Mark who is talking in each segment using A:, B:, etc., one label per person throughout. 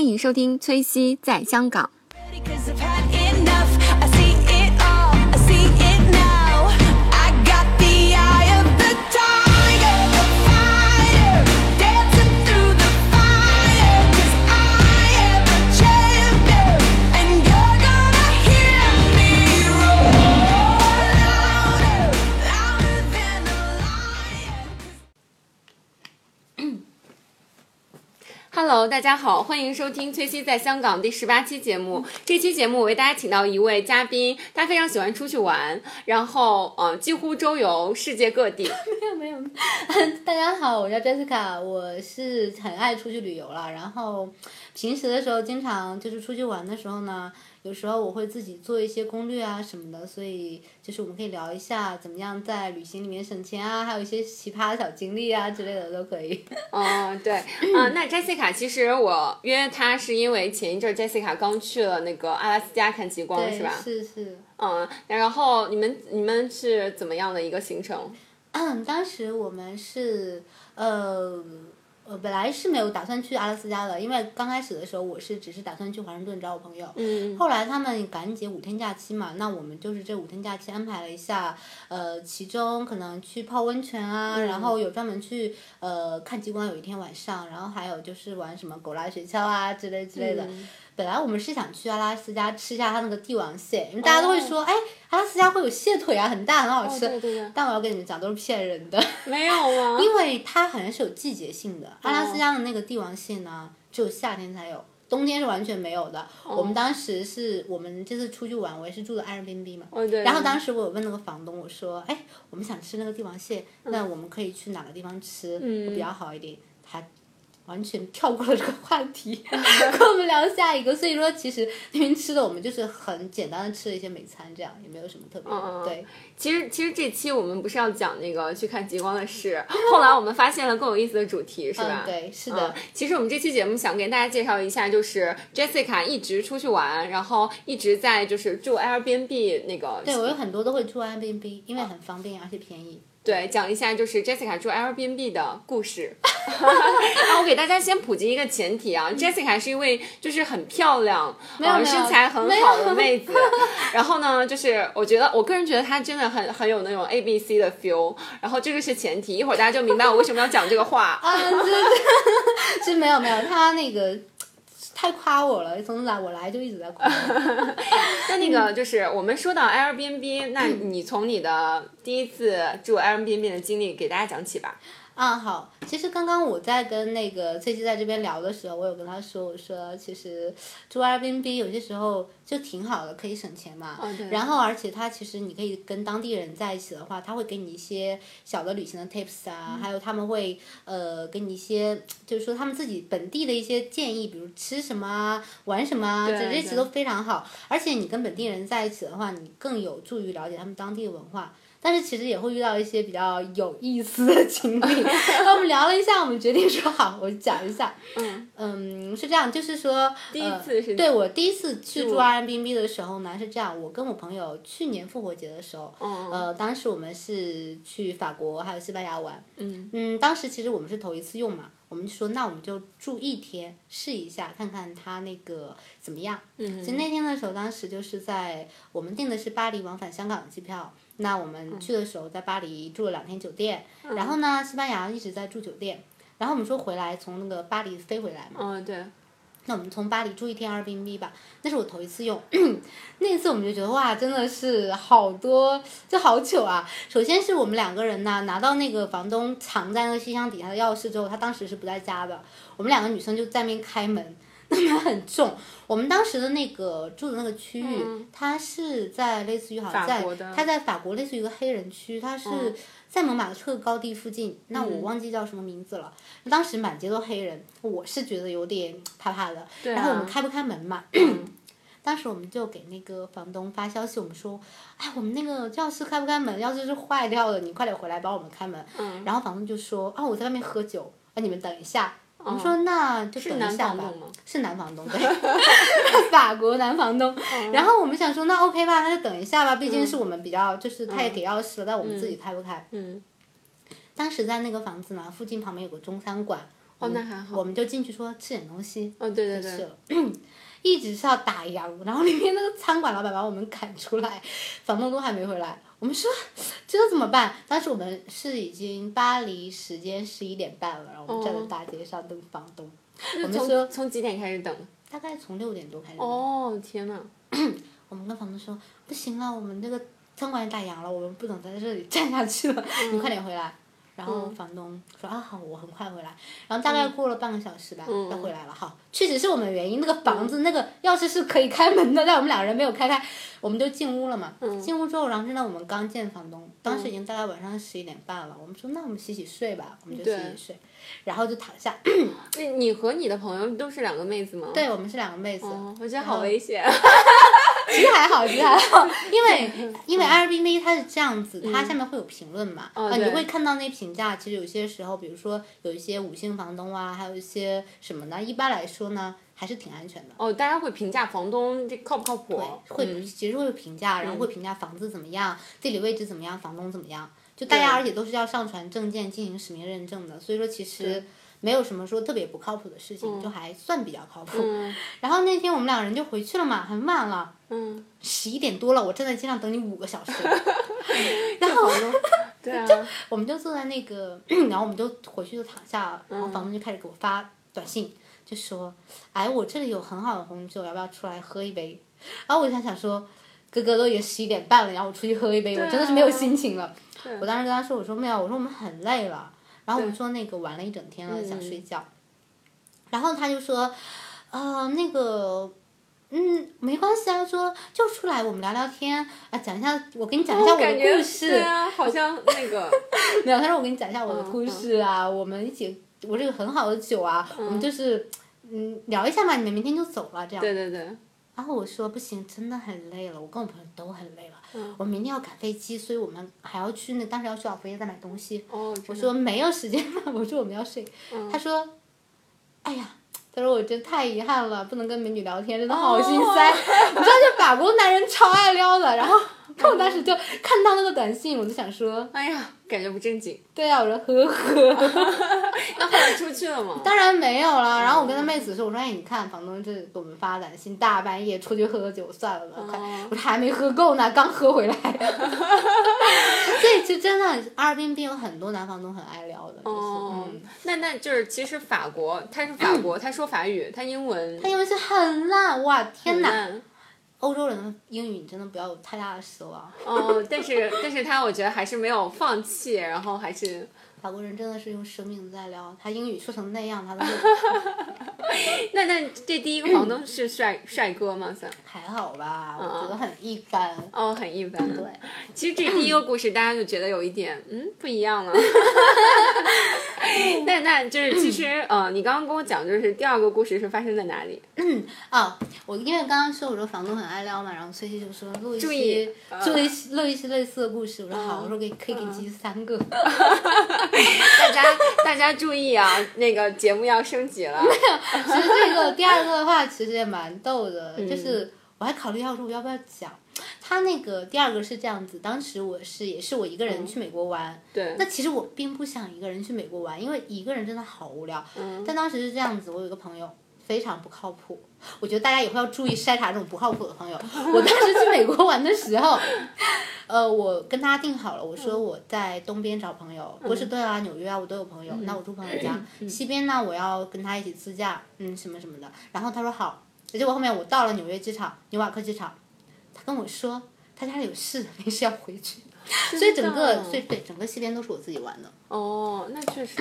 A: 迎收听崔西在香港。
B: Cause I've had enough. I see it all. I see it now. I got the eye of the tiger, the fighter, dancing through the fire. 'Cause I am the champion, and you're gonna hear me roar louder, louder than a lion.
A: Hello，大家好，欢迎收听崔西在香港第十八期节目。这期节目为大家请到一位嘉宾，他非常喜欢出去玩，然后呃，几乎周游世界各地。
C: 没有， 大家好，我叫 Jessica，我是很爱出去旅游啦。然后平时的时候，经常就是出去玩的时候呢，有时候我会自己做一些攻略啊什么的，所以就是我们可以聊一下怎么样在旅行里面省钱啊，还有一些奇葩的小经历啊之类的都可以。
A: 嗯，对， 嗯，那 Jessica，其实我约她是因为前一阵儿 Jessica 刚去了那个阿拉斯加看极光，
C: 对
A: 哦是吧？
C: 是是。
A: 嗯，然后你们你们是怎么样的一个行程？
C: 嗯，当时我们是呃。呃，本来是没有打算去阿拉斯加的，因为刚开始的时候我是只是打算去华盛顿找我朋友，
A: 嗯
C: 后来他们感恩节五天假期嘛，那我们就是这五天假期安排了一下，呃，其中可能去泡温泉啊，
A: 嗯
C: 然后有专门去呃看极光，有一天晚上，然后还有就是玩什么狗拉雪橇啊之类之类的。
A: 嗯
C: 本来我们是想去阿拉斯加吃一下它那个帝王蟹，因为大家都会说，哎，阿拉斯加会有蟹腿啊，很大，很好吃。
A: 哦对对对
C: 但我要跟你们讲，都是骗人的。
A: 没有啊吗？
C: 因为它好像是有季节性的。阿
A: 哦
C: 拉斯加的那个帝王蟹呢，只有夏天才有，冬天是完全没有的。
A: 哦
C: 我们当时是我们这次出去玩，我也是住的 Airbnb 嘛。
A: 哦对
C: 然后当时我有问那个房东，我说：“哎，我们想吃那个帝王蟹，
A: 嗯
C: 那我们可以去哪个地方吃、会比较好一点？”他完全跳过了这个话 题，跟我们聊下一个。所以说，其实那边吃的我们就是很简单的吃了一些美餐，这样也没有什么特别的。
A: 嗯嗯
C: 对，
A: 其实其实这期我们不是要讲那个去看极光的事，后来我们发现了更有意思的主题，是吧？
C: 嗯，对，是的。
A: 嗯其实我们这期节目想给大家介绍一下，就是 Jessica 一直出去玩，然后一直在就是住 Airbnb 那个。
C: 对，我有很多都会住 Airbnb，因为很方便而且便宜。
A: 对，讲一下就是 Jessica 住 Airbnb 的故 事。然后我给大家先普及一个前提啊、j e s s i c a 是一位就是很漂亮，
C: 有
A: 呃
C: 嗯没有
A: 身材很好的妹子。然后呢，就是我觉得我个人觉得她真的很很有那种 A B C 的 feel。然后这个是前提，一会儿大家就明白我为什么要讲这个 话。
C: 啊，对对，是没有没有，他那个太夸我了，从来我来就一直在夸我。
A: 那那个就是我们说到 Airbnb，那
C: 嗯
A: 你从你的第一次住 Airbnb 的经历给大家讲起吧。
C: 啊，好，其实刚刚我在跟那个翠西在这边聊的时候，我有跟他说，我说其实住 Airbnb 有些时候就挺好的，可以省钱嘛。
A: 哦对
C: 然后而且他其实你可以跟当地人在一起的话，他会给你一些小的旅行的 tips 啊，
A: 嗯
C: 还有他们会呃给你一些就是说他们自己本地的一些建议，比如吃什么啊、玩什么啊，
A: 对
C: 这这些
A: 对
C: 都非常好。而且你跟本地人在一起的话，你更有助于了解他们当地的文化。但是其实也会遇到一些比较有意思的经 历。那我们聊了一下，我们决定说好，我讲一下。
A: 嗯
C: 嗯，是这样，就是说，
A: 第一
C: 呃
A: 次是
C: 对我第一次去
A: 住
C: 住 Airbnb 的时候呢，是这样，我跟我朋友去年复活节的时候，
A: 嗯
C: 呃，当时我们是去法国还有西班牙玩，
A: 嗯
C: 嗯，当时其实我们是头一次用嘛，我们就说那我们就住一天试一下，看看它那个怎么样。
A: 嗯
C: 其实那天的时候，当时就是在我们订的是巴黎往返香港的机票，那我
A: 嗯
C: 们去的时候在巴黎住了两天酒店，然后呢，西班牙一直在住酒店，然后我们说回来从那个巴黎飞回来嘛，
A: 嗯，对，
C: 那我们从巴黎住一天 Airbnb 吧，那是我头一次用。 那一次我们就觉得哇，真的是好多，就好糗啊！首先是我们两个人呢拿到那个房东藏在那个信箱底下的钥匙之后，他当时是不在家的，我们两个女生就在那边开门，那门很重。我们当时的那个住的那个区域，它是在类似于好
A: 嗯
C: 像
A: 法
C: 在
A: 国的
C: 它在法国类似于一个黑人区，它是
A: 嗯
C: 在蒙马特高地附近，那我忘记叫什么名字了。当时满街都黑人，我是觉得有点怕怕的。
A: 对啊嗯
C: 然后我们开不开门嘛？ 当时我们就给那个房东发消息，我们说，哎，我们那个钥匙开不开门？钥匙是坏掉的，你快点回来帮我们开门。
A: 嗯
C: 然后房东就说，啊，我在外面喝酒，啊，你们等一下。我们说那就等
A: 哦男
C: 一下
A: 房
C: 吧
A: 东吗，
C: 是男房东 对，法国男房东。
A: 哦
C: 然后我们想说那 OK 吧，那就等一下吧，毕
A: 嗯
C: 竟是我们比较就是他也给钥匙了，但我们自己开不开？
A: 嗯
C: 当时在那个房子嘛，附近旁边有个中餐馆，
A: 哦，那还好。
C: 我们就进去说吃点东西，
A: 哦，对对
C: 就是
A: 对，
C: 了 一直是要打烊，然后里面那个餐馆老板把我们赶出来，房东都还没回来。我们说这个怎么办？当时我们是已经巴黎时间十一点半了，然后我们站在
A: 哦
C: 大街上等房东，
A: 那
C: 我们说
A: 从从几点开始等？
C: 大概从六点多开始。
A: 哦，天呐，
C: 我们跟房东说不行了，我们这个餐馆也打烊了，我们不能在这里站下去了，你快点回来。然
A: 嗯
C: 后房东说、啊好，我很快回来。然后大概过了半个小时吧，
A: 嗯
C: 他回来了。好，确实是我们的原因，那个房子、那个钥匙是可以开门的，但我们两个人没有开开，我们就进屋了嘛。
A: 嗯
C: 进屋之后，然后正当我们刚见房东，当时已经大概晚上十一点半了，我们说那我们洗洗睡吧，我们就洗
A: 对
C: 洗睡，然后就躺下。
A: 你你和你的朋友都是两个妹子吗？
C: 对嗯我们是两个妹子，
A: 哦，我觉得好
C: 然后
A: 危 险。
C: 其实还好，其实还
A: 哦
C: 好，因
A: 嗯
C: 为因为 Airbnb 它是这样子，它下面会有评论嘛，
A: 哦
C: 啊，你
A: 对
C: 会看到那评价。其实有些时候，比如说有一些五星房东啊，还有一些什么呢？一般来说呢，还是挺安全的。
A: 哦，大家会评价房东这靠不靠谱？
C: 会、
A: 嗯
C: 其实会评价，然后会评价房子怎么样，地理位置怎么样，房东怎么样。就大家而且都是要上传证件进行实名认证的，所以说其实没有什么说特别不靠谱的事
A: 嗯
C: 情，就还算比较靠谱。然后那天我们两人就回去了嘛，很晚了。
A: 嗯，
C: 十一点多了，我站在街上等你五个小时，
A: 然后 对啊，
C: 我们就坐在那个， 然后我们就回去就躺下了，然后
A: 嗯
C: 房东就开始给我发短信，就说，哎，我这里有很好的红酒，要不要出来喝一杯？然后我就想想说，哥哥都已经十一点半了，然后我出去喝一杯，
A: 对啊
C: 我真的是没有心情了。
A: 啊
C: 我当时跟他说，我说没有，我说我们很累了，然后我们说那个玩了一整天了，想
A: 嗯
C: 睡觉。然后他就说，呃，那个。嗯，没关系啊，说就出来我们聊聊天啊，讲一下，我给你讲一下我的
A: 哦感觉
C: 故事，
A: 对啊，好像那 个
C: 没有，他说我给你讲一下我
A: 嗯
C: 的故事啊，我们一起，我这个很好的酒啊，我们就是，嗯，聊一下嘛，你们明天就走了这样。
A: 对对对，
C: 然后我说不行，真的很累了，我跟我朋友都很累了，
A: 嗯
C: 我明天要赶飞机，所以我们还要去那当时要去老佛爷再买东西。
A: 哦，
C: 我
A: 真的嗯
C: 说没有时间了，我说我们要睡。他说，哎呀。他说：“我真太遗憾了，不能跟美女聊天，真的
A: 哦
C: 好心塞。 你知道，这法国男人超爱撩的。然后
A: 嗯
C: 我当时就看到那个短信，我就想说，
A: 哎呀，感觉不正经。
C: 对啊，我说呵呵。
A: 那后来出去了吗？
C: 当然没有了。然后我跟他妹子说，我说哎，你看房东这给我们发短信，大半夜出去喝酒，算了吧，
A: 哦
C: 快，我说还没喝够呢，刚 喝回来。所以就真的，哈尔滨有很多男房东很爱聊的，就是、
A: 哦
C: 嗯，，
A: 那那就是其实法国，他是法国，他说法语，他英文
C: 他英文是很烂，哇天
A: 很
C: 哪！
A: 烂。
C: 欧洲人的英语你真的不要有太大的奢望，
A: 哦，但是但是他我觉得还是没有放弃，然后还是
C: 法国人真的是用生命在聊，他英语说成那样，他都 会
A: 那那这第一个房
C: 嗯
A: 东是帅帅哥吗？算
C: 还好吧，我
A: 嗯
C: 觉得很一般。
A: 哦，很一般。
C: 对，
A: 其实这第一个故事，大家就觉得有一点，嗯，不一 样了。那那就是其实，呃，你刚刚跟我讲，就是第二个故事是发生在哪里？
C: 哦，我因为刚刚说我说房东很爱撩嘛，然后崔西就说录一
A: 注意呃
C: 期，录一期，录一期类似的故事。我说好，我说给可以给
A: 嗯
C: 你寄 三个。
A: 大 家大家注意啊，那个节目要升级了。
C: 其实这个第二个的话，其实也蛮逗的，就是我还考虑要录要不要讲。他那个第二个是这样子，当时我是也是我一个人去美国玩，
A: 对，
C: 那其实我并不想一个人去美国玩，因为一个人真的好无聊。但当时是这样子，我有一个朋友非常不靠谱，我觉得大家以后要注意筛查这种不靠谱的朋友。我当时去美国玩的时候，呃，我跟他定好了，我说我在东边找朋友，波士顿啊、纽约啊，我都有朋友。那我住朋友家，西边呢，我要跟他一起自驾，嗯，什么什么的。然后他说好，结果后面我到了纽约机场，纽瓦克机场，他跟我说他家里有事， 没事要回去。所以整个，所以对整个西边都是我自己玩的，
A: 哦，那确实，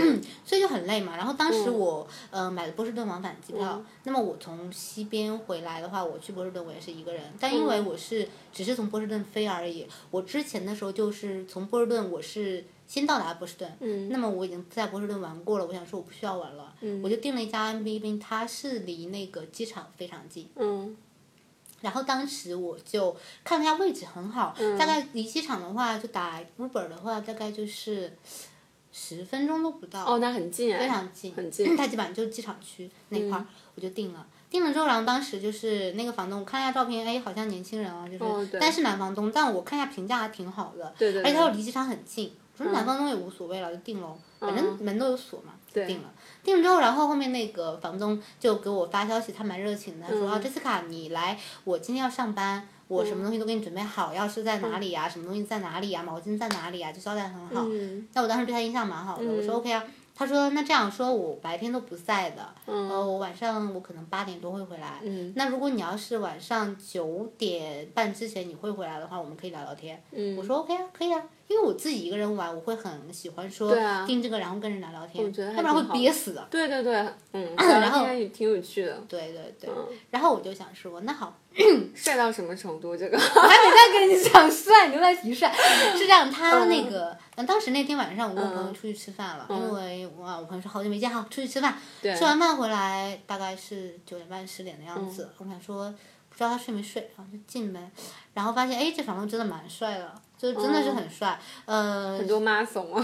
C: 所以就很累嘛。然后当
A: 嗯
C: 时我、呃买的波士顿往返机票，那么我从西边回来的话，我去波士顿我也是一个人，但因
A: 嗯
C: 为我是、只是从波士顿飞而已。我之前的时候就是从波士顿，我是先到达波士顿，
A: 嗯
C: 那么我已经在波士顿玩过了，我想说我不需要玩了，我就订了一家 M B B，它是离那个机场非常近，
A: 嗯，
C: 然后当时我就看了一下位置很好，
A: 嗯
C: 大概离机场的话，就打 Uber 的话，大概就是十分钟都不到，
A: 哦，那很近哎，
C: 非常近，
A: 很近嗯
C: 它基本上嗯就是机场区那块儿，我就定了。定了之后，然后当时就是那个房东，我看一下照片，哎，好像年轻人啊，就是，
A: 哦对
C: 但是男房东，但我看一下评价还挺好的，
A: 对对对嗯
C: 而且他又离机场很近，我说男房东也无所谓了，就定喽，反正门都有锁嘛，
A: 对
C: 定了。定了之后，然后后面那个房东就给我发消息，他蛮热情的，说
A: 嗯
C: 啊，这次卡你来，我今天要上班，我什么东西都给你准备好，钥匙在哪里呀、什么东西在哪里呀、毛巾在哪里呀、啊就交代很好。
A: 嗯
C: 那我当时对他印象蛮好的，我说 OK 啊。他说那这样说，我白天都不在的，
A: 嗯
C: 呃，我晚上我可能八点多会回来。
A: 嗯
C: 那如果你要是晚上九点半之前你会回来的话，我们可以聊聊天。
A: 嗯，
C: 我说 OK 啊，可以啊，因为我自己一个人玩，我会很喜欢说
A: 对啊
C: 定这个，然后跟人聊聊天，
A: 我觉得还
C: 要不然
A: 挺
C: 会
A: 好
C: 憋死的。
A: 对对对，嗯，
C: 然
A: 聊
C: 后
A: 天也挺有趣的，
C: 对对对，
A: 嗯
C: 然后我就想说，那好，
A: 帅到什么程度？这个
C: 我还没在跟你讲帅，你就在提帅。 是这样，他那个，嗯，当时那天晚上我跟
A: 嗯
C: 朋友出去吃饭了，因为我我朋友说好久没见，好出去吃饭。吃完饭回来大概是九点半十点的样子，
A: 嗯
C: 我想说不知道他睡没睡，然后就进门，然后发现哎这房东真的蛮帅的，就真的是很帅，呃，
A: 很多 muscle 吗？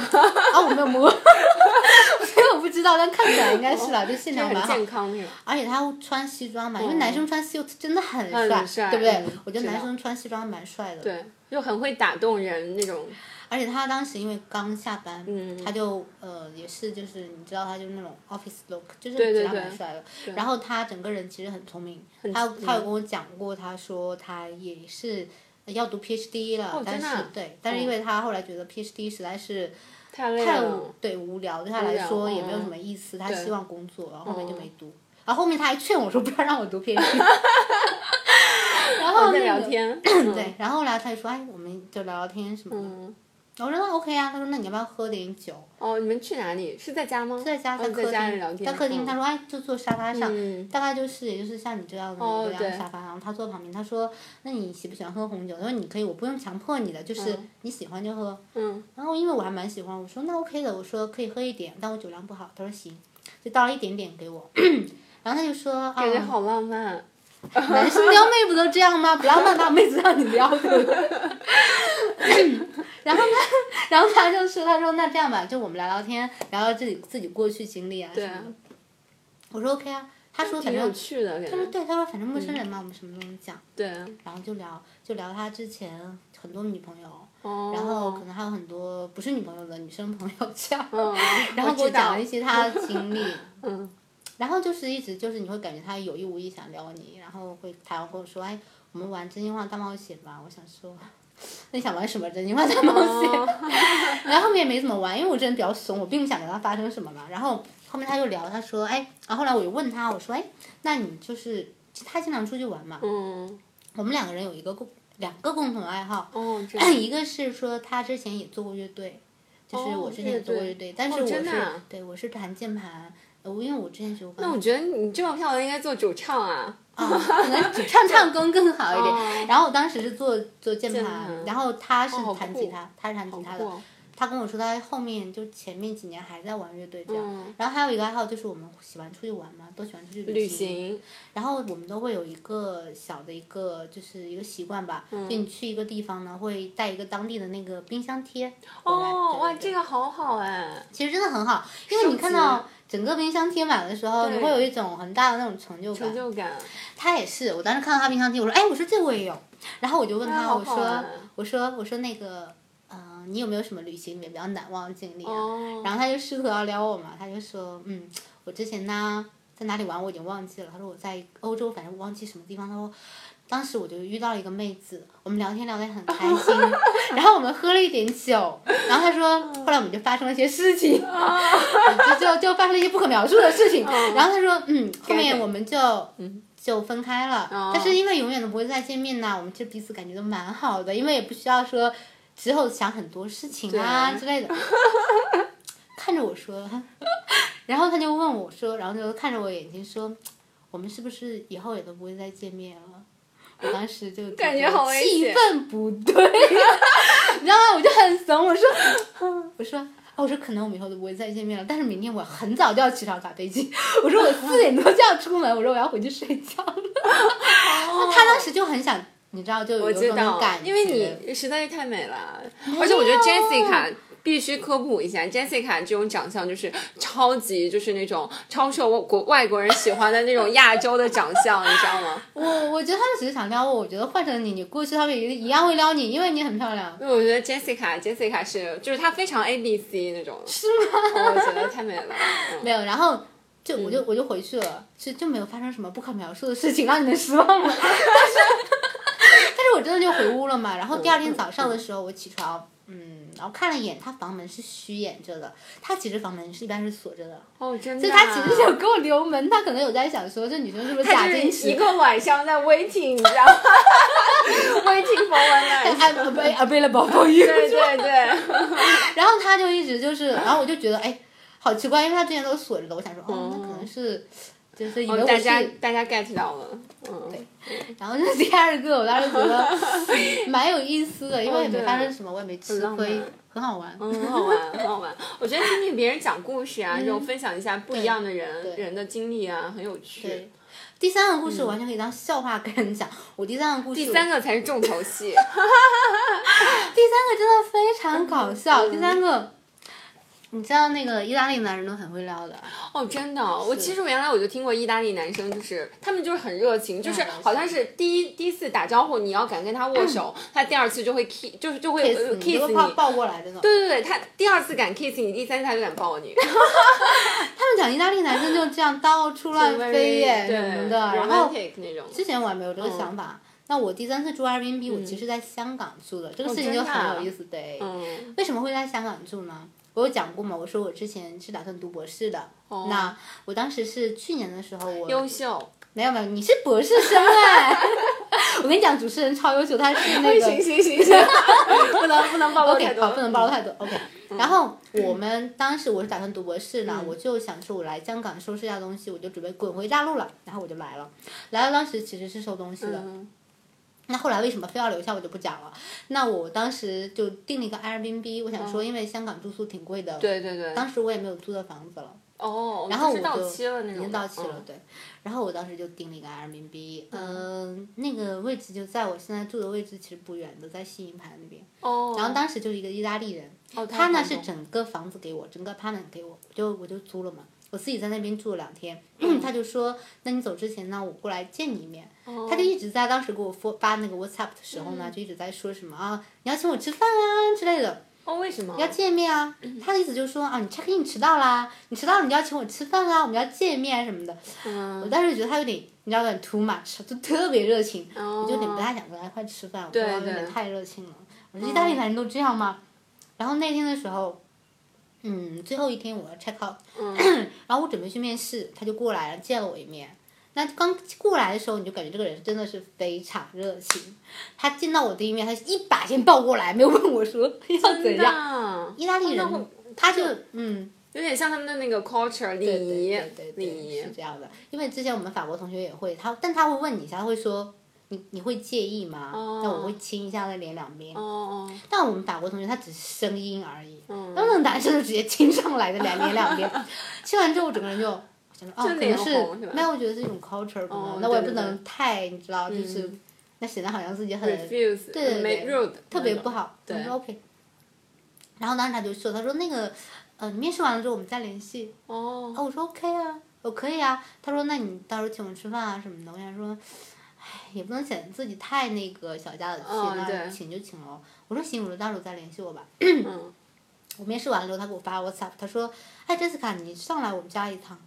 C: 啊我没有摸， 所以我不知道，但看起来应该是吧，就线条
A: 哦很
C: 蛮好
A: 健。康那种。
C: 而且他穿西装嘛，因为男生穿西装真的很
A: 很
C: 帅，
A: 帅
C: 对不对？
A: 嗯
C: 我觉得
A: 知
C: 男
A: 道
C: 生穿西装蛮帅的。
A: 对，就很会打动人那种，
C: 而且他当时因为刚下班，
A: 嗯
C: 他就呃也是就是你知道他就是那种 office look，就是
A: 对对
C: 觉得他
A: 对
C: 蛮帅的。然后他整个人其实很聪明，他
A: 嗯
C: 他有跟我讲过，他说他也是要读 PhD 了，
A: 哦
C: 但
A: 真
C: 是
A: 的啊
C: 对，但是因为他后来觉得 PhD 实在是
A: 太累
C: 太无
A: 了。
C: 对无聊，对他来
A: 无聊
C: 说
A: 嗯
C: 也没有什么意思，他
A: 对
C: 希望工作，然后后面就没读。然后后面他还劝我说不要让我 读 PhD，然后
A: 在
C: 哦那
A: 聊
C: 个
A: 天，
C: 对，然后后来他就说哎，我们就聊聊天什么的。
A: 嗯，
C: 我说那 OK 啊，他说那你要不要喝点酒？
A: 哦，你们去哪里？是在家吗？
C: 在家
A: 哦
C: 在
A: 在
C: 客
A: 家里聊
C: 厅，
A: 天，
C: 在客厅，
A: 嗯
C: 他说哎，就坐沙发上，
A: 嗯
C: 大概就是也就是像你这样的
A: 哦
C: 一个
A: 对
C: 样的沙发，然后他坐旁边，他说那你喜不喜欢喝红酒？他说你可以，我不用强迫你的，就是你喜欢就喝。
A: 嗯，
C: 然后因为我还蛮喜欢，我说那 OK 的，我说可以喝一点，但我酒量不好。他说行，就倒了一点点给我， 然后他就说啊，
A: 感觉哎好浪漫。啊
C: 男生撩妹不都这样吗？不浪漫把妹子让你撩的。 然后他， 然后他就说：“他说那这样吧，就我们聊聊天，聊聊自己自己过去经历啊什
A: 对
C: 么
A: 啊
C: 的。”我说 OK 啊。他说
A: 挺
C: 反
A: 有
C: 正
A: 趣的嗯感
C: 他说
A: 觉。
C: 对，他说反正陌生人嘛，我们什么都能讲。
A: 对啊，
C: 然后就聊就聊他之前很多女朋友，
A: 哦，
C: 然后可能还有很多不是女朋友的女生朋友这样。
A: 嗯，
C: 然后给
A: 我
C: 我
A: 知道
C: 讲了一些他的经历，
A: 嗯，
C: 然后就是一直就是你会感觉他有意无意想撩你，然后会他会跟我说，哎，我们玩真心话大冒险吧。我想说， 那你想玩什么真心话大冒
A: 哦
C: 险？然后后面也没怎么玩，因为我这人比较怂，我并不想跟他发生什么嘛。然后后面他就聊，他说，哎，然后后来我就问他，我说，哎，那你就是他经常出去玩嘛？
A: 嗯，
C: 我们两个人有一个共两个共同爱好，
A: 哦，这样
C: 一个是说他之前也做过乐队，就是
A: 哦
C: 我之前也做过乐队，
A: 乐队
C: 但是
A: 哦
C: 我是、
A: 真的啊
C: 对我是弹键盘，呃因为我之前学过
A: 那
C: 钢
A: 我
C: 琴，
A: 觉得你这么漂亮，应该做主唱啊。
C: 啊，可能只唱唱功更好一点。
A: 哦
C: 然后我当时是做做键
A: 键
C: 盘，
A: 盘
C: 然后他是
A: 哦好
C: 弹
A: 酷
C: 吉他，他是弹吉他的。
A: 酷哦
C: 他跟我说他后面就前面几年还在玩乐队这样。
A: 嗯
C: 然后还有一个爱好就是我们喜欢出去玩嘛，都喜欢出去
A: 旅行，
C: 然后我们都会有一个小的一个就是一个习惯吧，
A: 嗯
C: 就你去一个地方呢，会带一个当地的那个冰箱贴回来。
A: 哦，哇，
C: 对对对
A: 这个好好哎，
C: 其实真的很好，因为你看到整个冰箱贴满的时候，
A: 对
C: 你会有一种很大的那种成就
A: 成
C: 感。
A: 就感，
C: 他也是，我当时看到他冰箱贴，我说，哎，我说这我也有，然后我就问
A: 哎
C: 他，
A: 好
C: 我说
A: 好玩，
C: 我说，我说那个，嗯、你有没有什么旅行里面比较难忘的经历啊？
A: 哦
C: 然后他就试图要撩我嘛，他就说，嗯，我之前呢在哪里玩我已经忘记了，他说我在欧洲，反正我忘记什么地方，他说。当时我就遇到了一个妹子，我们聊天聊得很开 心，然后我们喝了一点酒，然后他说，后来我们就发生了一些事情， 就就就发生了一些不可描述的事情，然后他说，嗯，后面我们就
A: 嗯
C: 就分开了，
A: 哦
C: 但是因为永远都不会再见面呐，我们这彼此感觉都蛮好的，因为也不需要说之后想很多事情啊
A: 对
C: 之类的， 看着我说， 然后他就问我说，然后就看着我眼睛说，我们是不是以后也都不会再见面了？我当时就
A: 感觉好危险
C: 气氛不对， 你知道吗？我就很怂，我说，我说。哦我说可能我们以后都不会再见面了，但是明天我很早就要起床打飞机。我说我四点多就要出门，我说我要回去睡觉了。 那他当时就很想，你知道，就有
A: 我
C: 一
A: 知
C: 种那种
A: 道
C: 感，觉，哦
A: 因为你实在是太美了，而且我觉得 Jessica 必须科普一下，Jessica 这种长相就是超级就是那种超受国外国人喜欢的那种亚洲的长相，你知道 吗？
C: 我我觉得他们只是想撩我，我觉得换成你，你过去他们也一样会撩你，因为你很漂亮。
A: 因为我觉得 Jessica Jessica 是就是她非常 A B C 那种，是吗？我觉得太美了。嗯
C: 没有，然后就我就我就回去了，就就没有发生什么不可描述的事情让你们失望了。但 是但是我真的就回屋了嘛。然后第二天早上的时候，我起床，嗯，然后看了一眼，他房门是虚掩着的，他其实房门是一般是锁着的。
A: 哦，真的
C: 就
A: 啊、
C: 他其实有给我留门，他可能有在想说这女生是不是假
A: 他就
C: 矜
A: 是一
C: 持
A: 个晚上在 waiting，你知道吗 ？waiting for one night。
C: ？I'm avail- available for you。
A: 对对对，
C: 然后他就一直就是，然后我就觉得哎，好奇怪，因为他之前都是锁着的，我想说哦，那可能是就是以为
A: 嗯哦
C: 我
A: 大
C: 是
A: 家大家 get 到了，嗯，
C: 然后就是第二个，我当时觉 得蛮有意思的，因为也没
A: 哦对
C: 发生什么，我也没吃
A: 浪
C: 亏
A: 漫，
C: 很好玩。
A: 嗯，很好玩，很好玩。我觉得听听别人讲故事啊，这种分享一下不一样的人
C: 嗯对
A: 人的经历啊，很有趣
C: 对。第三个故事完全可以当笑话跟人讲。我第三个故
A: 嗯
C: 事，
A: 第三个才是重头 戏，
C: 第三个真的非
A: 嗯
C: 常搞笑。第三个，你知道那个意大利男人都很会撩的，啊
A: 哦，真的哦、我其实我原来我就听过意大利男生，就是他们就是很热情，就是
C: 嗯
A: 好像是第一第一次打招呼，你要敢跟他握 手，他第二次就会 kiss，就是就会呃 kiss 你
C: 你都，抱抱过来的那种。
A: 对对对，他第二次敢 kiss 你，第三次他就敢抱 你，
C: 他们讲意大利男生就这样到处乱飞耶
A: 对
C: 什么的，然后
A: romantic 嗯那种。
C: 之前我还没有这个想法。那我第三次住 Airbnb，、我其实在香港住的，这个事情就
A: 嗯真的啊
C: 很有意思，对。
A: 嗯，
C: 为什么会在香港住呢？我有讲过嘛，我说我之前是打算读博士的。
A: 哦
C: 那我当时是去年的时候我，
A: 优秀，
C: 没有没有，你是博士生哎！ 我跟你讲，主持人超优秀，他是那 个
A: 行行行，不能不能暴露太
C: OK，
A: 多，嗯
C: 好，不能暴露太多 OK。然后我们当时我是打算读博士
A: 嗯
C: 呢，我就想说，我来香港收拾一下东西，我就准备滚回大陆了。然后我就来了，来了当时其实是收东西的，
A: 嗯。
C: 那后来为什么非要留下，我就不讲了。那我当时就订了一个 Airbnb，我想
A: 哦
C: 说，因为香港住宿挺贵的，
A: 对对对，
C: 当时我也没有租的房子了，
A: 哦，
C: 然后
A: 就
C: 我
A: 是
C: 就
A: 到期了那种的，
C: 已经到期了，
A: 嗯
C: 对。然后我当时就订了一个 Airbnb，嗯、那个位置就在我现在住的位置，其实不远的，在西营盘那边。
A: 哦，
C: 然后当时就是一个意大利人，
A: 哦
C: 他
A: 房
C: 呢是
A: 东
C: 整个房子给我，整个 apartment 给我，我就我就租了嘛。我自己在那边住了两天，
A: 嗯
C: 他就说，那你走之前呢，我过来见你一面。
A: 哦
C: 他就一直在当时给我发发那个 WhatsApp 的时候呢，
A: 嗯
C: 就一直在说什么啊，你要请我吃饭啊之类的，
A: 哦，为什么？
C: 要见面啊。
A: 嗯
C: 他的意思就是说啊，你 check in 迟到啦，你迟到了你就要请我吃饭啊，我们要见面什么的。
A: 嗯
C: 我当时觉得他有点，你知道有点 too much，就特别热情，我就有点不太想跟他一块吃饭，我觉得有
A: 哦对哦
C: 点太热情了。我说意大利男人都这样吗？然后那天的时候，嗯，最后一天我要 check out，、然
A: 嗯
C: 后我准备去面试，他就过来了，见了我一面。那刚过来的时候，你就感觉这个人真的是非常热情。他见到我第一面，他一把先抱过来，没有问我说 要怎
A: 真的
C: 样。
A: 啊
C: 意大
A: 哦
C: 利
A: 那会
C: 人，他就嗯，
A: 有点像他们的那个 culture 礼
C: 对
A: 仪
C: 对对对，
A: 礼
C: 对，
A: 仪
C: 是，这样的。因为之前我们法国同学也会，他但他会问你一下，他会说你你会介意吗？那我会亲一下他的脸两边。
A: 哦哦，
C: 但我们法国同学他只是声音而已，
A: 嗯
C: 然后那个男生就直接亲上来的两脸两 边，亲完之后我整个人就。想说哦，
A: 就
C: 可
A: 脸
C: 能是
A: 红是吧
C: 没有，我觉得是一种 culture 吧
A: 哦
C: 那我也
A: 对
C: 不
A: 对对嗯
C: 能太，你知道，就是那显得好像自己很
A: refuse，
C: 对对
A: 没
C: 对
A: rude，
C: 特别不好。
A: 那
C: 我
A: 种
C: 说 OK。然后当时他就说：“他说那个，呃，你面试完了之后我们再联系。”
A: 对，哦，
C: 啊，我说 OK 啊，我可以啊。他说那你到时候请我吃饭啊什么的。我想说，唉，也不能显得自己太那个小家子气，
A: 嗯
C: 那
A: 对
C: 请就请喽。我说行，我说到时候再联系我吧。
A: 嗯，
C: 我面试完了之后，他给我发 WhatsApp，他说，哎，Jessica，你上来我们家一趟。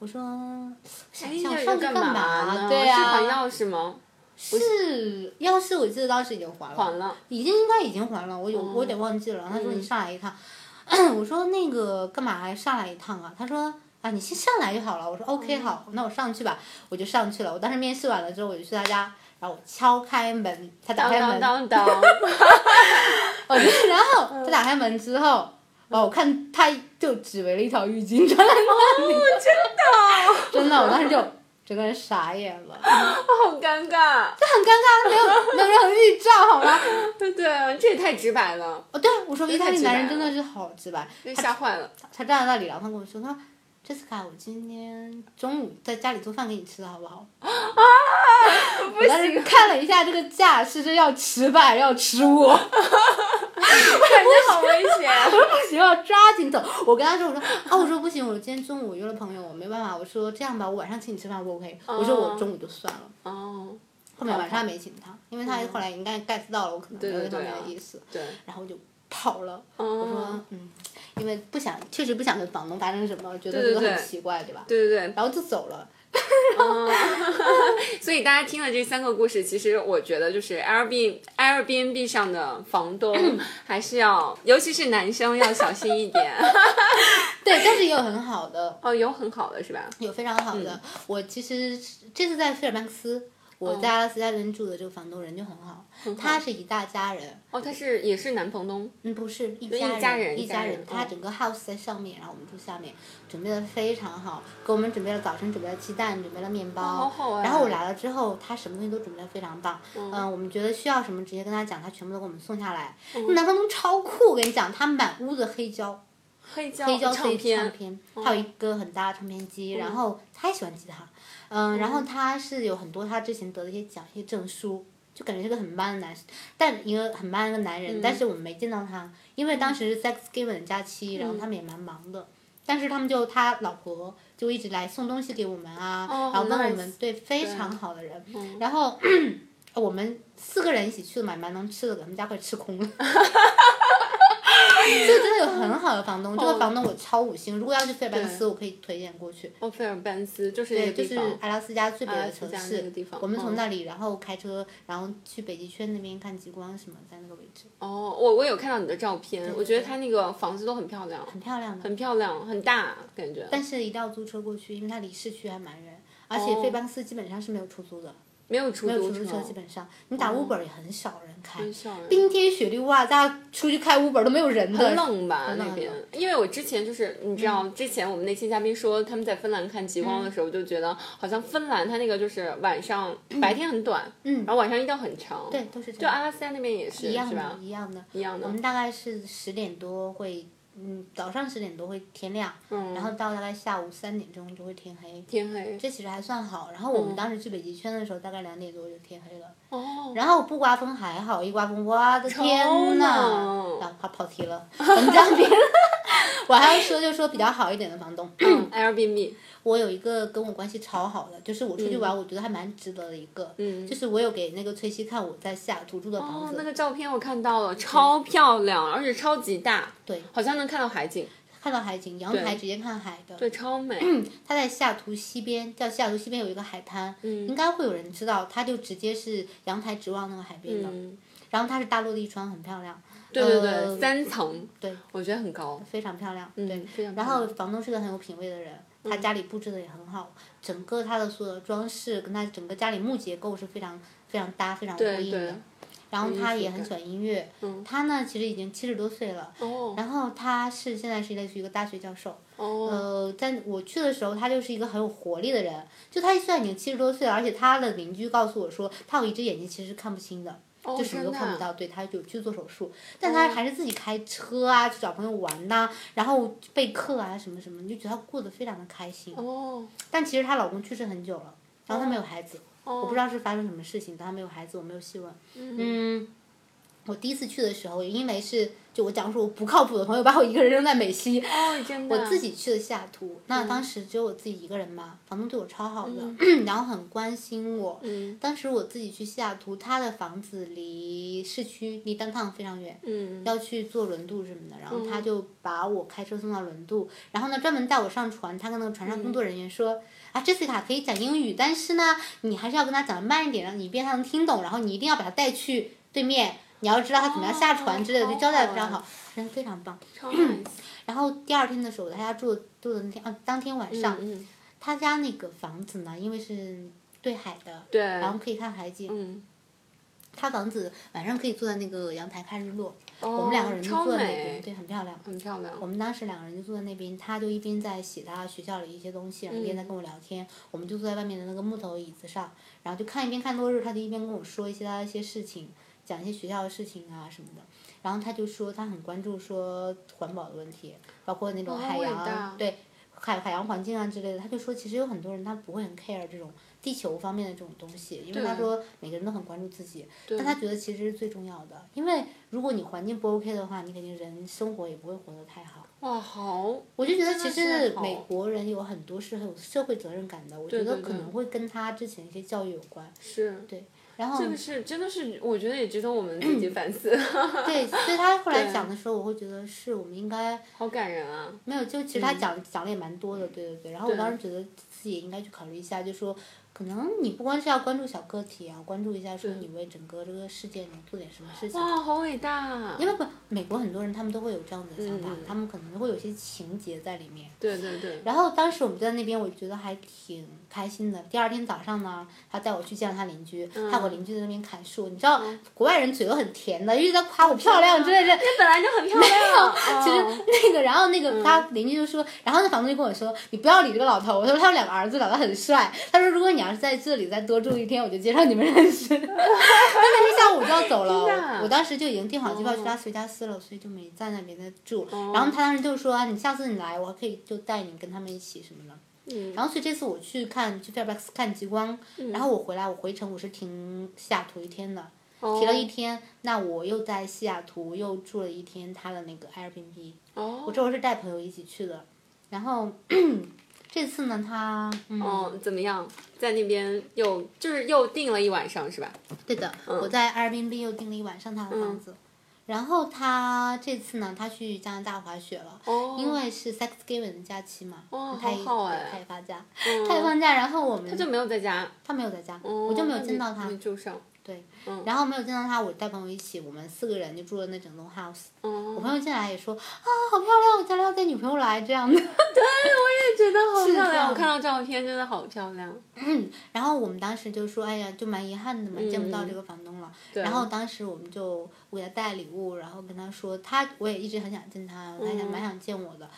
C: 我说，我想
A: 哎
C: 一下，我
A: 呀，
C: 上
A: 要
C: 去
A: 干
C: 嘛？
A: 呢？
C: 对
A: 是还
C: 啊，
A: 钥匙吗？
C: 是钥匙，我记得当时已经还了，
A: 还了，
C: 已经应该已经还了，我有我有
A: 哦
C: 点忘记了。然后他
A: 嗯
C: 说你上来一趟， 我说那个干嘛还上来一趟啊？他说啊你先上来就好了。我说 OK
A: 嗯
C: 好，那我上去吧，我就上去了。我当时面试完了之后，我就去他家，然后我敲开门，他打
A: 当
C: 开门
A: 当，嗯当当，
C: 我就 然后他打开门之后，哇，我看他就只围了一条浴巾穿在
A: 哦
C: 那里，真的，真的，我当时就整个人傻眼了，
A: 好尴尬，
C: 很尴尬，没有没有任何预兆，好吗？
A: 对对，这也太直白了，
C: 哦，对啊，我说意大利男人
A: 太直白
C: 真
A: 了
C: 的是好直白，
A: 被
C: 他
A: 吓坏了，
C: 他站在那里，然后他跟我说，他说：“Jessica，我今天中午在家里做饭给你吃，好不好？”啊！ 我当时看了一下这个架势，真要吃吧，要吃我。
A: 感觉好危险。
C: 不行，要抓紧走。我跟他说，我说啊，我说不行，我今天中午我约了朋友，我没办法。我说这样吧，我晚上请你吃饭，我 OK。我说
A: 嗯
C: 我中午就算了，
A: 哦，
C: 后面晚上没请他，因为他后来应该 get 到了我可能没
A: 嗯
C: 有
A: 对
C: 这方
A: 对
C: 面
A: 啊
C: 的意思，
A: 对，
C: 然后我就跑了。我
A: 哦
C: 说，嗯，因为不想，确实不想跟房东发生什么，觉得
A: 对
C: 这个
A: 对
C: 很
A: 对
C: 奇怪，对吧？
A: 对对对，
C: 然后就走了。
A: 所以大家听了这三个故事，其实我觉得就是 Airbnb Airbnb 上的房 东还是要，尤其是男生要小心一 点。
C: 对，但是也有很好的，
A: 哦，有很好的是吧？
C: 有非常好的。
A: 嗯
C: 我其实这次在费尔班克斯，我在阿拉斯加人住的这个房东人就很好，他是一大家人，
A: 哦，他是也是男房东。
C: 嗯，不是一
A: 一
C: 家
A: 家
C: 人，
A: 人
C: 一
A: 一家
C: 家
A: 人
C: 人，他
A: 嗯
C: 整个 house 在上面，然后我们住下面，准备的非常好，给我们准备了早晨准备了鸡蛋，准备了面包，
A: 好好哎
C: 然后我来了之后，他什么东西都准备的非常棒，嗯、我们觉得需要什么直接跟他讲，他全部都给我们送下来。
A: 嗯
C: 南方东超酷，我跟你讲，他满屋子黑胶，
A: 黑胶
C: 黑胶
A: 唱
C: 片，
A: 片，嗯
C: 唱片，还有一个很大的唱片机，然后他还喜欢吉他，嗯，然后他是有很多他之前得的一些奖、一些证书，就感觉是个很 man 的男，但一个很 man 的一个男人，
A: 嗯
C: 但是我们没见到他，因为当时是 Thanksgiving 的假期，
A: 嗯
C: 然后他们也蛮忙的。但是他们就他老婆就一直来送东西给我们啊，
A: 哦
C: 然后问我们
A: nice 嗯
C: 对非常好的人，然后我们四个人一起去了买蛮能吃的，给他们家快 吃空了。这真的有很好的房东，
A: 哦
C: 这个房东我超五星。如果要去费尔班克斯，我可以推荐过去。
A: 哦，费尔班斯就是那
C: 对，
A: 个
C: 就
A: 地
C: 是
A: 方。
C: 阿拉斯加最北
A: 阿
C: 的
A: 拉斯
C: 城
A: 加那个
C: 市
A: 地方。
C: 我们从
A: 嗯
C: 那里，然后开车，然后去北极圈那边看极光什么，在那个位置，
A: 哦，我我有看到你的照片，
C: 对
A: 我觉得他那个房子都很漂亮，
C: 很漂亮的。
A: 很漂亮，很大感觉。
C: 但是一定要租车过去，因为它离市区还蛮远，而且费尔班克斯基本上是没有出租的，
A: 没有出
C: 没有
A: 租哦
C: 出租车基本上你打 Uber 也很少人开。
A: 很少人
C: 冰天雪地哇，大家出去开 Uber 都没有人的。
A: 很冷吧
C: 很嗯冷
A: 那边
C: 很冷？
A: 因为我之前就是你知道，之前我们那期嘉宾说他们在芬兰看极光的
C: 嗯
A: 时候，就觉得好像芬兰它那个就是晚上白天很短，嗯，然后晚上一定要很长，
C: 对，都是这
A: 就
C: 样。
A: 阿拉斯加那边也是，
C: 一样
A: 是
C: 的
A: 吧，？
C: 一样的，
A: 一样的
C: 我们大概是十点多会，嗯，早上十点多会天亮，然后到大概下午三点钟就会天黑。
A: 嗯天黑
C: 这其实还算好。然后我们当时去北极圈的时候，大概两点多就天黑了。
A: 哦，
C: 然后不刮风还好，一刮风，我的天呐
A: 冷！
C: 然后他跑题了， 我们家别人。我还要说，就说比较好一点的房 东，
A: 嗯 Airbnb
C: 我有一个跟我关系超好的，就是我出去玩，我觉得还蛮值得的一个，
A: 嗯
C: 就是我有给那个崔西看我在西雅图住的房
A: 哦
C: 子，，
A: 那个照片我看到了，超漂亮，而且超级大，
C: 对，
A: 好像能看到海景，
C: 看到海景，阳台直接看海的，
A: 对，超美。
C: 它在西雅图西边，叫西雅图西边有一个海滩，
A: 嗯
C: 应该会有人知道，它就直接是阳台直望那个海边的。
A: 嗯，
C: 然后它是大落地窗，很漂亮。
A: 对对
C: 呃
A: 对，三层，
C: 对，
A: 我觉得很高，
C: 非常漂亮。对
A: 嗯，非常漂亮嗯
C: 然后房东是个很有品位的人，他家里布置的也很好，整个他的所有的装饰跟他整个家里木结构是非常非常搭、非常呼
A: 对
C: 应的
A: 对。。
C: 然后他
A: 有艺术
C: 也很
A: 感嗯
C: 喜欢音乐，他呢其实已经七十多岁了，
A: 哦
C: 然后他是现在是类似于一个大学教授，
A: 哦，
C: 呃，在我去的时候，他就是一个很有活力的人。就他虽然已经七十多岁了，而且他的邻居告诉我说，他有一只眼睛其实是看不清的，就什么都
A: 真的啊
C: 看不到。对他有去做手术，
A: 哦
C: 但他还是自己开车啊，去找朋友玩呐、然后备课啊，什么什么，你就觉得他过得非常的开心。
A: 哦
C: 但其实她老公去世很久了，然后她没有孩子，
A: 哦
C: 我不知道是发生什么事情，但她没有孩子，我没有细问。嗯，我第一次去的时候，因为是就我讲说我不靠谱的朋友把我一个人扔在美西，
A: 哦，真的，
C: 我自己去的西雅图，
A: 嗯
C: 那当时只有我自己一个人嘛，房东对我超好的， 然后很关心我。
A: 嗯
C: 当时我自己去西雅图，他的房子离市区离单趟非常远，
A: 嗯
C: 要去坐轮渡什么的，然后他就把我开车送到轮渡，然后呢专门带我上船，他跟那个船上
A: 嗯
C: 工作人员说。啊，Jessica 可以讲英语，但是呢，你还是要跟他讲得慢一点，让你一遍他能听懂，然后你一定要把他带去对面，你要知道他怎么样下船之类的，
A: 哦
C: 就交代得
A: 好
C: 非常
A: 好
C: 好，人非常棒。
A: 超 nice，
C: 然后第二天的时候，我在他家住住的那天啊，当天晚上，
A: 嗯嗯，
C: 他家那个房子呢，因为是对海的，
A: 对，
C: 然后可以看海景。
A: 嗯，
C: 他房子晚上可以坐在那个阳台看日落，
A: 哦
C: 我们两个人就
A: 超
C: 坐在那
A: 美
C: 边，对，很漂亮。
A: 很漂亮
C: 我，们当时两个人就坐在那边，他就一边在写他学校里一些东西，然后一边在跟我聊天。我们就坐在外面的那个木头椅子上，然后就看一边看落日，他就一边跟我说一些他的一些事情，讲一些学校的事情啊什么的。然后他就说他很关注说环保的问题，包括那种
A: 哦
C: 海
A: 伟
C: 洋、
A: 大
C: 对海海洋环境啊之类的。他就说其实有很多人他不会很 care 这种地球方面的这种东西，因为他
A: 对
C: 说每个人都很关注自己，但他觉得其实是最重要的，因为如果你环境不 OK 的话，你肯定人生活也不会活得太好。
A: 哇，好，
C: 我就觉得其
A: 哦真的
C: 实
A: 是好
C: 美国人有很多是很有社会责任感的，我觉
A: 对
C: 得
A: 对
C: 可
A: 对
C: 能会跟他之前一些教育有关。
A: 是
C: 对，然后
A: 这个是真的是，我觉得也值得我们自己反思，
C: 对，所以他后来
A: 对
C: 讲的时候，我会觉得是我们应该
A: 好感人啊！
C: 没有，就其实他讲、讲的也蛮多的，对对对。然后我
A: 对
C: 当时觉得自己也应该去考虑一下，就说可能你不光是要关注小个体啊，关注一下说
A: 对哦
C: 你为整个这个世界能做点什么事情。
A: 哇，好伟大！
C: 因为不，美国很多人他们都会有这样的想法，
A: 嗯嗯
C: 他们可能会有些情节在里面。
A: 对对对，
C: 然后当时我们就在那边，我觉得还挺开心的。第二天早上呢，他带我去见了他邻居，看
A: 嗯
C: 我邻居在那边砍树。你知道，国外人嘴都很甜的，一直在夸我漂亮之类的。
A: 本来就很漂 亮，
C: 其实
A: 哦
C: 那个，然后那个他邻居就说，然后那房东就跟我说，你不要理这个老头。我说他有两个儿子，老大很帅。他说如果你要是在这里再多住一天，我就介绍你们认识。但是下午我就要走了，
A: 真的啊
C: 我我当时就已经订好机票去
A: 哦
C: 拉斯维加斯了，所以就没在那边再住。然后他当时就说，啊你下次你来，我可以就带你跟他们一起什么的。
A: 嗯
C: 然后所以这次我去看去 Fairbanks 看极光，然后我回来我回程我是停西雅图一天的，
A: 哦
C: 停了一天，那我又在西雅图又住了一天他的那个 Airbnb，
A: 哦，
C: 我这回是带朋友一起去的，然后 这次呢他嗯、
A: 哦，怎么样？在那边又就是又订了一晚上是吧？
C: 对的，
A: 嗯
C: 我在 Airbnb 又订了一晚上他的房子，然后他这次呢他去加拿大滑雪了，
A: 哦，
C: 因为是 Thanksgiving 的假期嘛，
A: 哦
C: 他
A: 好
C: 也
A: 好哎
C: 他也放假， 他也放假，然后我们
A: 他就没有在哦家，
C: 他没有在家，我就没有见到他
A: 没。住上。
C: 对，
A: 嗯
C: 然后没有见到他，我带朋友一起，我们四个人就住了那整栋 house。我
A: 哦，
C: 朋友进来也说啊，好漂亮，我将来要带女朋友来这样
A: 也
C: 的。
A: 觉得好
C: 是
A: 漂
C: 这样
A: 亮，我看到照片真的好漂亮。
C: 然后我们当时就说，哎呀，就蛮遗憾的嘛，
A: 嗯
C: 见不到这个房东了。
A: 对
C: 然后当时我们就我给他带礼物，然后跟他说，他我也一直很想见他，我还想、
A: 嗯
C: 蛮想见我的。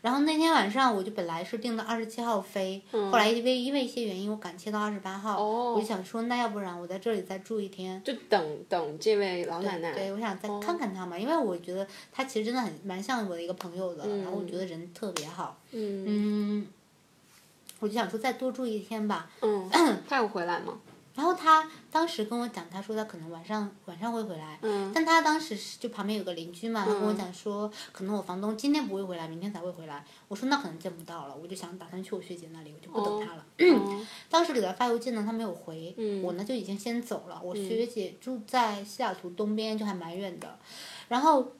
C: 然后那天晚上我就本来是定的二十七号飞，后来因为因为一些原因我赶切到二十八
A: 嗯
C: 号，
A: 哦
C: 我就想说那要不然我在这里再住一天，
A: 就等等这位老奶奶。
C: 对，我想再
A: 哦
C: 看看他嘛，因为我觉得他其实真的很蛮像我的一个朋友的，然后我
A: 嗯
C: 觉得人特别好，
A: 嗯
C: 嗯，我就想说再多住一天吧。
A: 嗯， 他有回来吗？
C: 然后他当时跟我讲，他说他可能晚上晚上会回来，
A: 嗯
C: 但他当时是就旁边有个邻居嘛，他跟我讲说，可能我房东今天不会回来，明天才会回来。我说那可能见不到了，我就想打算去我学姐那里，我就不等他了。
A: 嗯
C: 当时给他发邮件呢，他没有回，
A: 嗯
C: 我呢就已经先走了。我学姐住在西雅图东边，就还蛮远的。然后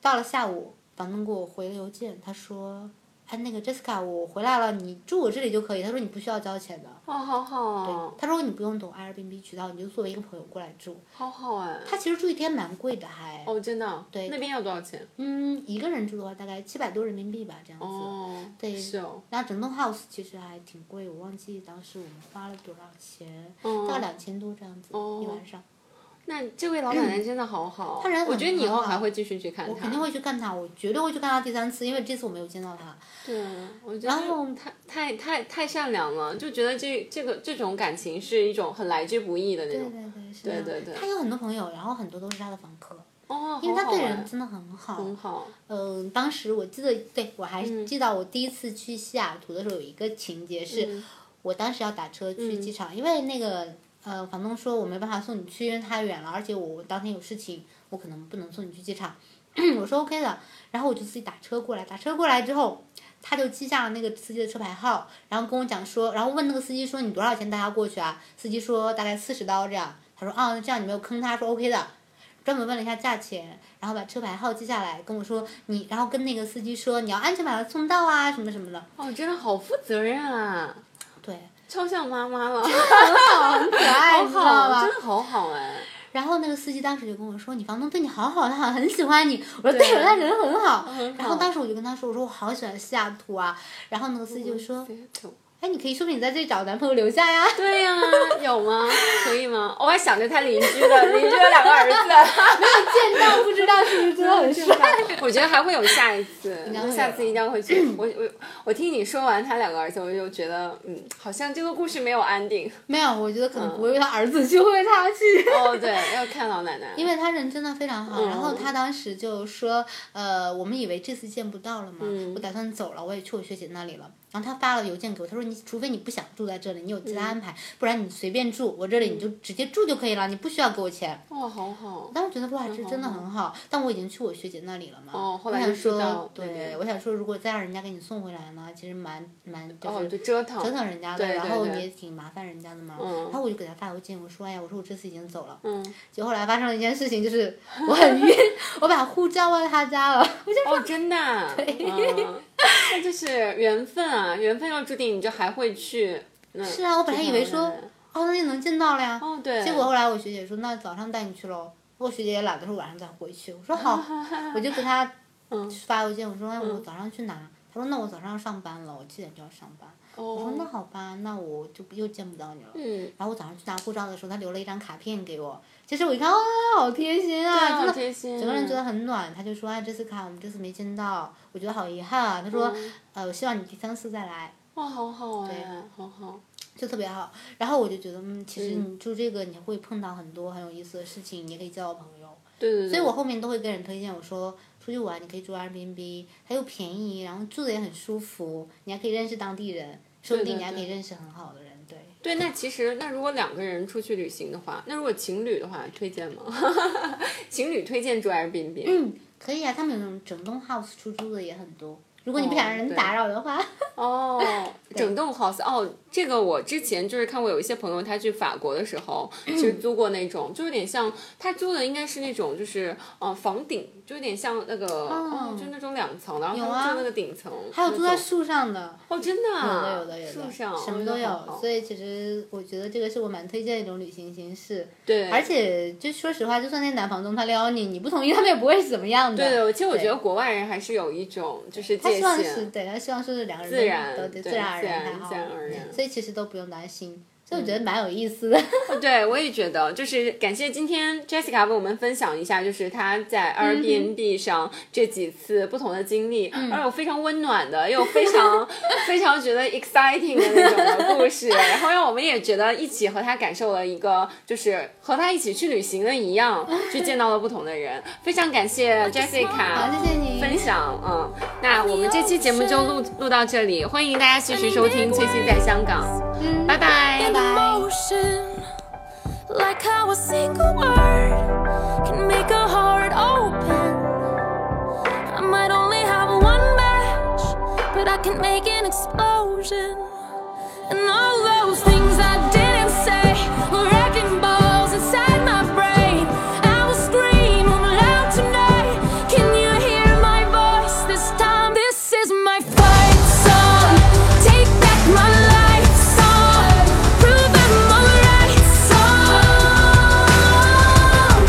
C: 到了下午，房东给我回了邮件，他说：“哎，那个 Jessica，我回来了，你住我这里就可以。”他说你不需要交钱的，
A: 哦，好好哦，
C: 他说你不用懂 Airbnb 渠道，你就作为一个朋友过来住。
A: 好好哎。
C: 他其实住一天蛮贵的，还
A: 哦，真的。
C: 对
A: 那边要多少钱？
C: 嗯一个人住的话大概七百多人民币吧，这样子。
A: 哦，
C: 对
A: 是哦。
C: 然后整栋 house 其实还挺贵，我忘记当时我们花了多少钱，
A: 嗯
C: 大概两千多这样子、
A: 哦
C: 一晚上。
A: 那这位老奶奶真的好好，哦
C: 她人很
A: 我觉得你以后
C: 好啊
A: 还会继续去看她。
C: 我肯定会去看他，我绝对会去看他第三次，因为这次我没有见到他。
A: 对，嗯我觉得
C: 然后
A: 太太太太善良了，就觉得这这个这种感情是一种很来之不易的那
C: 对
A: 种。
C: 对对，是
A: 对
C: 的。
A: 对对
C: 他有很多朋友，然后很多都是他的房客，
A: 哦，
C: 因为他
A: 好好
C: 对人
A: 玩
C: 真的很好。
A: 很好，
C: 嗯，当时我记得，对我还记得我第一次去西雅图的时候，有一个情节是，
A: 嗯
C: 我当时要打车去机场，因为那个呃房东说我没办法送你去，因为太远了，而且我当天有事情，我可能不能送你去机场。 我说 OK 的，然后我就自己打车过来，打车过来之后。他就记下了那个司机的车牌号，然后跟我讲说，然后问那个司机说你多少钱带他过去啊？司机说大概四十刀这样。他说啊，那这样你没有坑他，说 OK 的。专门问了一下价钱，然后把车牌号记下来，跟我说你，然后跟那个司机说你要安全把它送到啊，什么什么的。
A: 哦，真的好负责任啊，
C: 对，
A: 超像妈妈 了，
C: 很可爱，
A: 好
C: 你知道
A: 好，
C: 吧
A: 真？的好好哎，
C: 然后那个司机当时就跟我说，你房东对你好好，他好像很喜欢你。我说对，我他人很好。然后当时我就跟他说，我说我好喜欢西雅图啊。然后那个司机就说，哎，你可以说不定你在这里找个男朋友留下呀。
A: 对呀、有吗？可以 吗？我还想着他邻居的邻居的两个儿
C: 见到不知道是不是真的很 帅。
A: 子，我觉得还会有下一次
C: 应该会，有
A: 下次一定要会去。我我我听你说完他两个儿子，我就觉得嗯，好像这个故事没有安定。
C: 没有，我觉得可能不会为他儿子去， 会为他去。
A: 哦，对，要看老奶奶，
C: 因为他人真的非常好，
A: 嗯
C: 然后他当时就说，呃，我们以为这次见不到了嘛，
A: 嗯
C: 我打算走了，我也去我学姐那里了。然后他发了邮件给我，他说你除非你不想住在这里，你有其
A: 嗯
C: 他安排，不然你随便住，我这里你就直接住就可以了，你不需要给我钱。
A: 哦，好好。
C: 当时觉得哇，这真的很好，但我已经去我学姐那里了嘛。
A: 嗯哦后
C: 我
A: 来
C: 想
A: 就知道
C: 说，
A: 那
C: 对，
A: 边
C: 我想说，如果再让人家给你送回来呢，其实蛮蛮就
A: 哦，
C: 是
A: 就折腾
C: 折腾人家的，
A: 对对
C: 然后
A: 对
C: 也挺麻烦人家的嘛。
A: 嗯
C: 然后我就给他发邮件，我说哎呀，我说我这次已经走了。
A: 嗯，
C: 结果后来发生了一件事情，就是我很晕，我把护照忘在他家了。我就
A: 哦，真的啊，嗯，那就是缘分啊，缘分要注定，你就还会去。嗯、
C: 是啊，我本来以为说
A: 这种人，
C: 哦，那就能见到了呀。
A: 哦，对，
C: 结果后来我学姐说，那早上带你去喽。我学姐也懒得说晚上再回去，我说 好，我就给她
A: 嗯
C: 发邮件，我说哎我早上去拿。她说那我早上要上班了，我七点就要上班。我说那
A: 哦，
C: 好吧，那我就又见不到你了。
A: 嗯，
C: 然后我早上去拿护照的时候，她留了一张卡片给我。其实我一看，哇，好贴心
A: 对
C: 啊，
A: 好
C: 真的
A: 贴心啊，
C: 整个人觉得很暖，他就说啊，这次卡我们这次没见到，我觉得好遗憾啊。他说，呃，我希望你第三次再来，
A: 嗯哇，好好哎，好好，
C: 就特别好。然后我就觉得，嗯，其实你住这个，你会碰到很多很有意思的事情，你也可以交到朋友。
A: 对对对。
C: 所以我后面都会跟人推荐，我说出去玩你可以住 Airbnb，它又便宜，然后住的也很舒服，你还可以认识当地人，说不定
A: 对
C: 你还可以
A: 对
C: 认识很好的人，对。
A: 对，那其实那如果两个人出去旅行的话，那如果情侣的话，推荐吗？ 情侣推荐住 Airbnb，、
C: 嗯，可以啊，他们有那种整栋 house 出租的也很多。如果你不想让
A: 哦
C: 人
A: 对
C: 打扰的话，
A: 哦，整栋 house 哦，这个我之前就是看过有一些朋友他去法国的时 候，其实租过那种，就有点像他租的应该是那种就是呃房顶，就有点像那个哦
C: 哦
A: 就那种两层的，然后他
C: 有啊
A: 们住那个顶层，
C: 还有住在
A: 那种
C: 树上的，
A: 哦真的
C: 有
A: 啊
C: 的有的有的，
A: 树上
C: 什么都有，所
A: 以
C: 以其实我觉得这个是我蛮推荐的一种旅行形式。
A: 对，
C: 而且就说实话，就算那男房东他撩你，你不同意他们也不会怎么样的。
A: 对对，其实我觉
C: 对
A: 得国外人还是有一种就是
C: 他
A: 界
C: 希望是
A: 限，
C: 对，他希望是两个人
A: 自然
C: 都
A: 对
C: 自然而
A: 自
C: 然
A: 然
C: 还好
A: 自然而然嗯
C: 所以其实都不用担心。所以我觉得蛮有意思的，
A: 对，我也觉得，就是感谢今天 Jessica 为我们分享一下，就是她在
C: 嗯
A: Airbnb 上这几次不同的经历，
C: 嗯
A: 而有非常温暖的，也有非 常非常觉得 exciting 的那种的故事，然后让我们也觉得一起和她感受了一个，就是和她一起去旅行的一样，去见到了不同的人。非常感谢 Jessica
C: 好，谢谢你，
A: 分享，嗯，那我们这期节目就录录到这里，欢迎大家继续收听《崔西在香港》，
C: 嗯，
A: 拜拜。
C: 拜拜。
B: Emotion, like how a single word can make a heart open. I might only have one match, but I can make an explosion. And all those things I didn't say were wrecking balls inside my brain. I will scream out loud tonight. Can you hear my voice this time? This is my fight song. Take back my life song. Prove I'm alright song.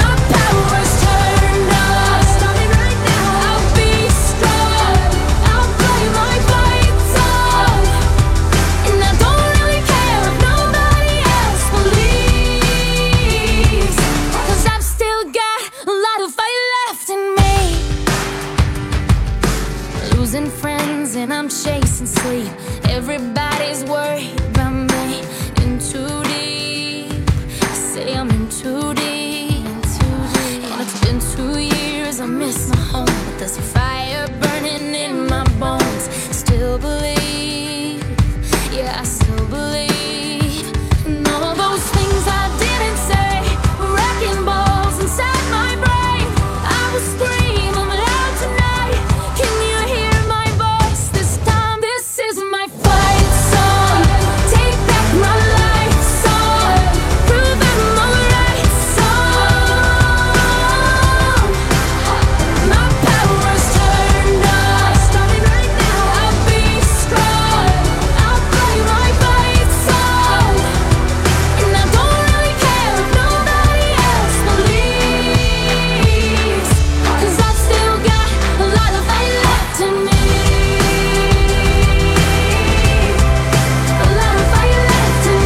B: My power's turned on. Starting right now. I'll be strong. I'll play my fight song. And I don't really care if nobody else believes. Cause I've still got a lot of fight left in me. Losing friends and I'm chasing sleep. Everybody's worried about me. In too deep. Say I'm in too deep. And it's been two years, I miss my home. But there's a fire burning in my bones. Still believe, yeah, I still believe. And all those things I didn't say were wrecking balls inside my brain. I will scream, I'm loud tonight. Can you hear my voice this time? This is my fight song. Take back my life song. Prove I'm alright song. My power's turned on. Starting right now. I'll be strong. I'll play my fight song. And I don't really care if nobody else believes. Cause I've still got a lot of fight left in me. A lot of fight left in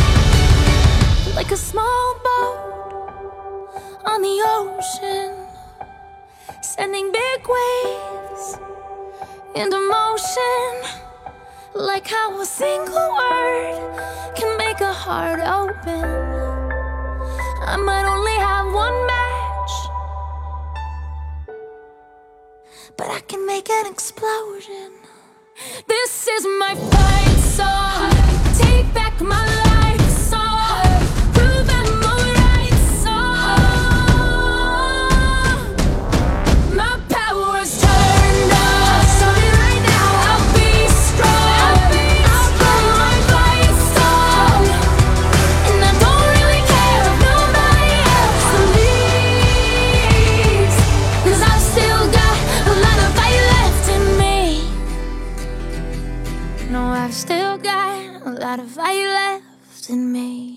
B: me. Like a small boat on the ocean, sending big waves into motion like how a single word can make a heart open. I might only have one match, I can make an explosion. This is my fight song. Take back my life song. Prove I'm alright song. My power's turned up. Starting right now, I'll be strong. I'll play my fight song. And I don't really care if nobody else believes. Cause I've still got a lot of fight left in me. No, I've still got a lot of fight left in me.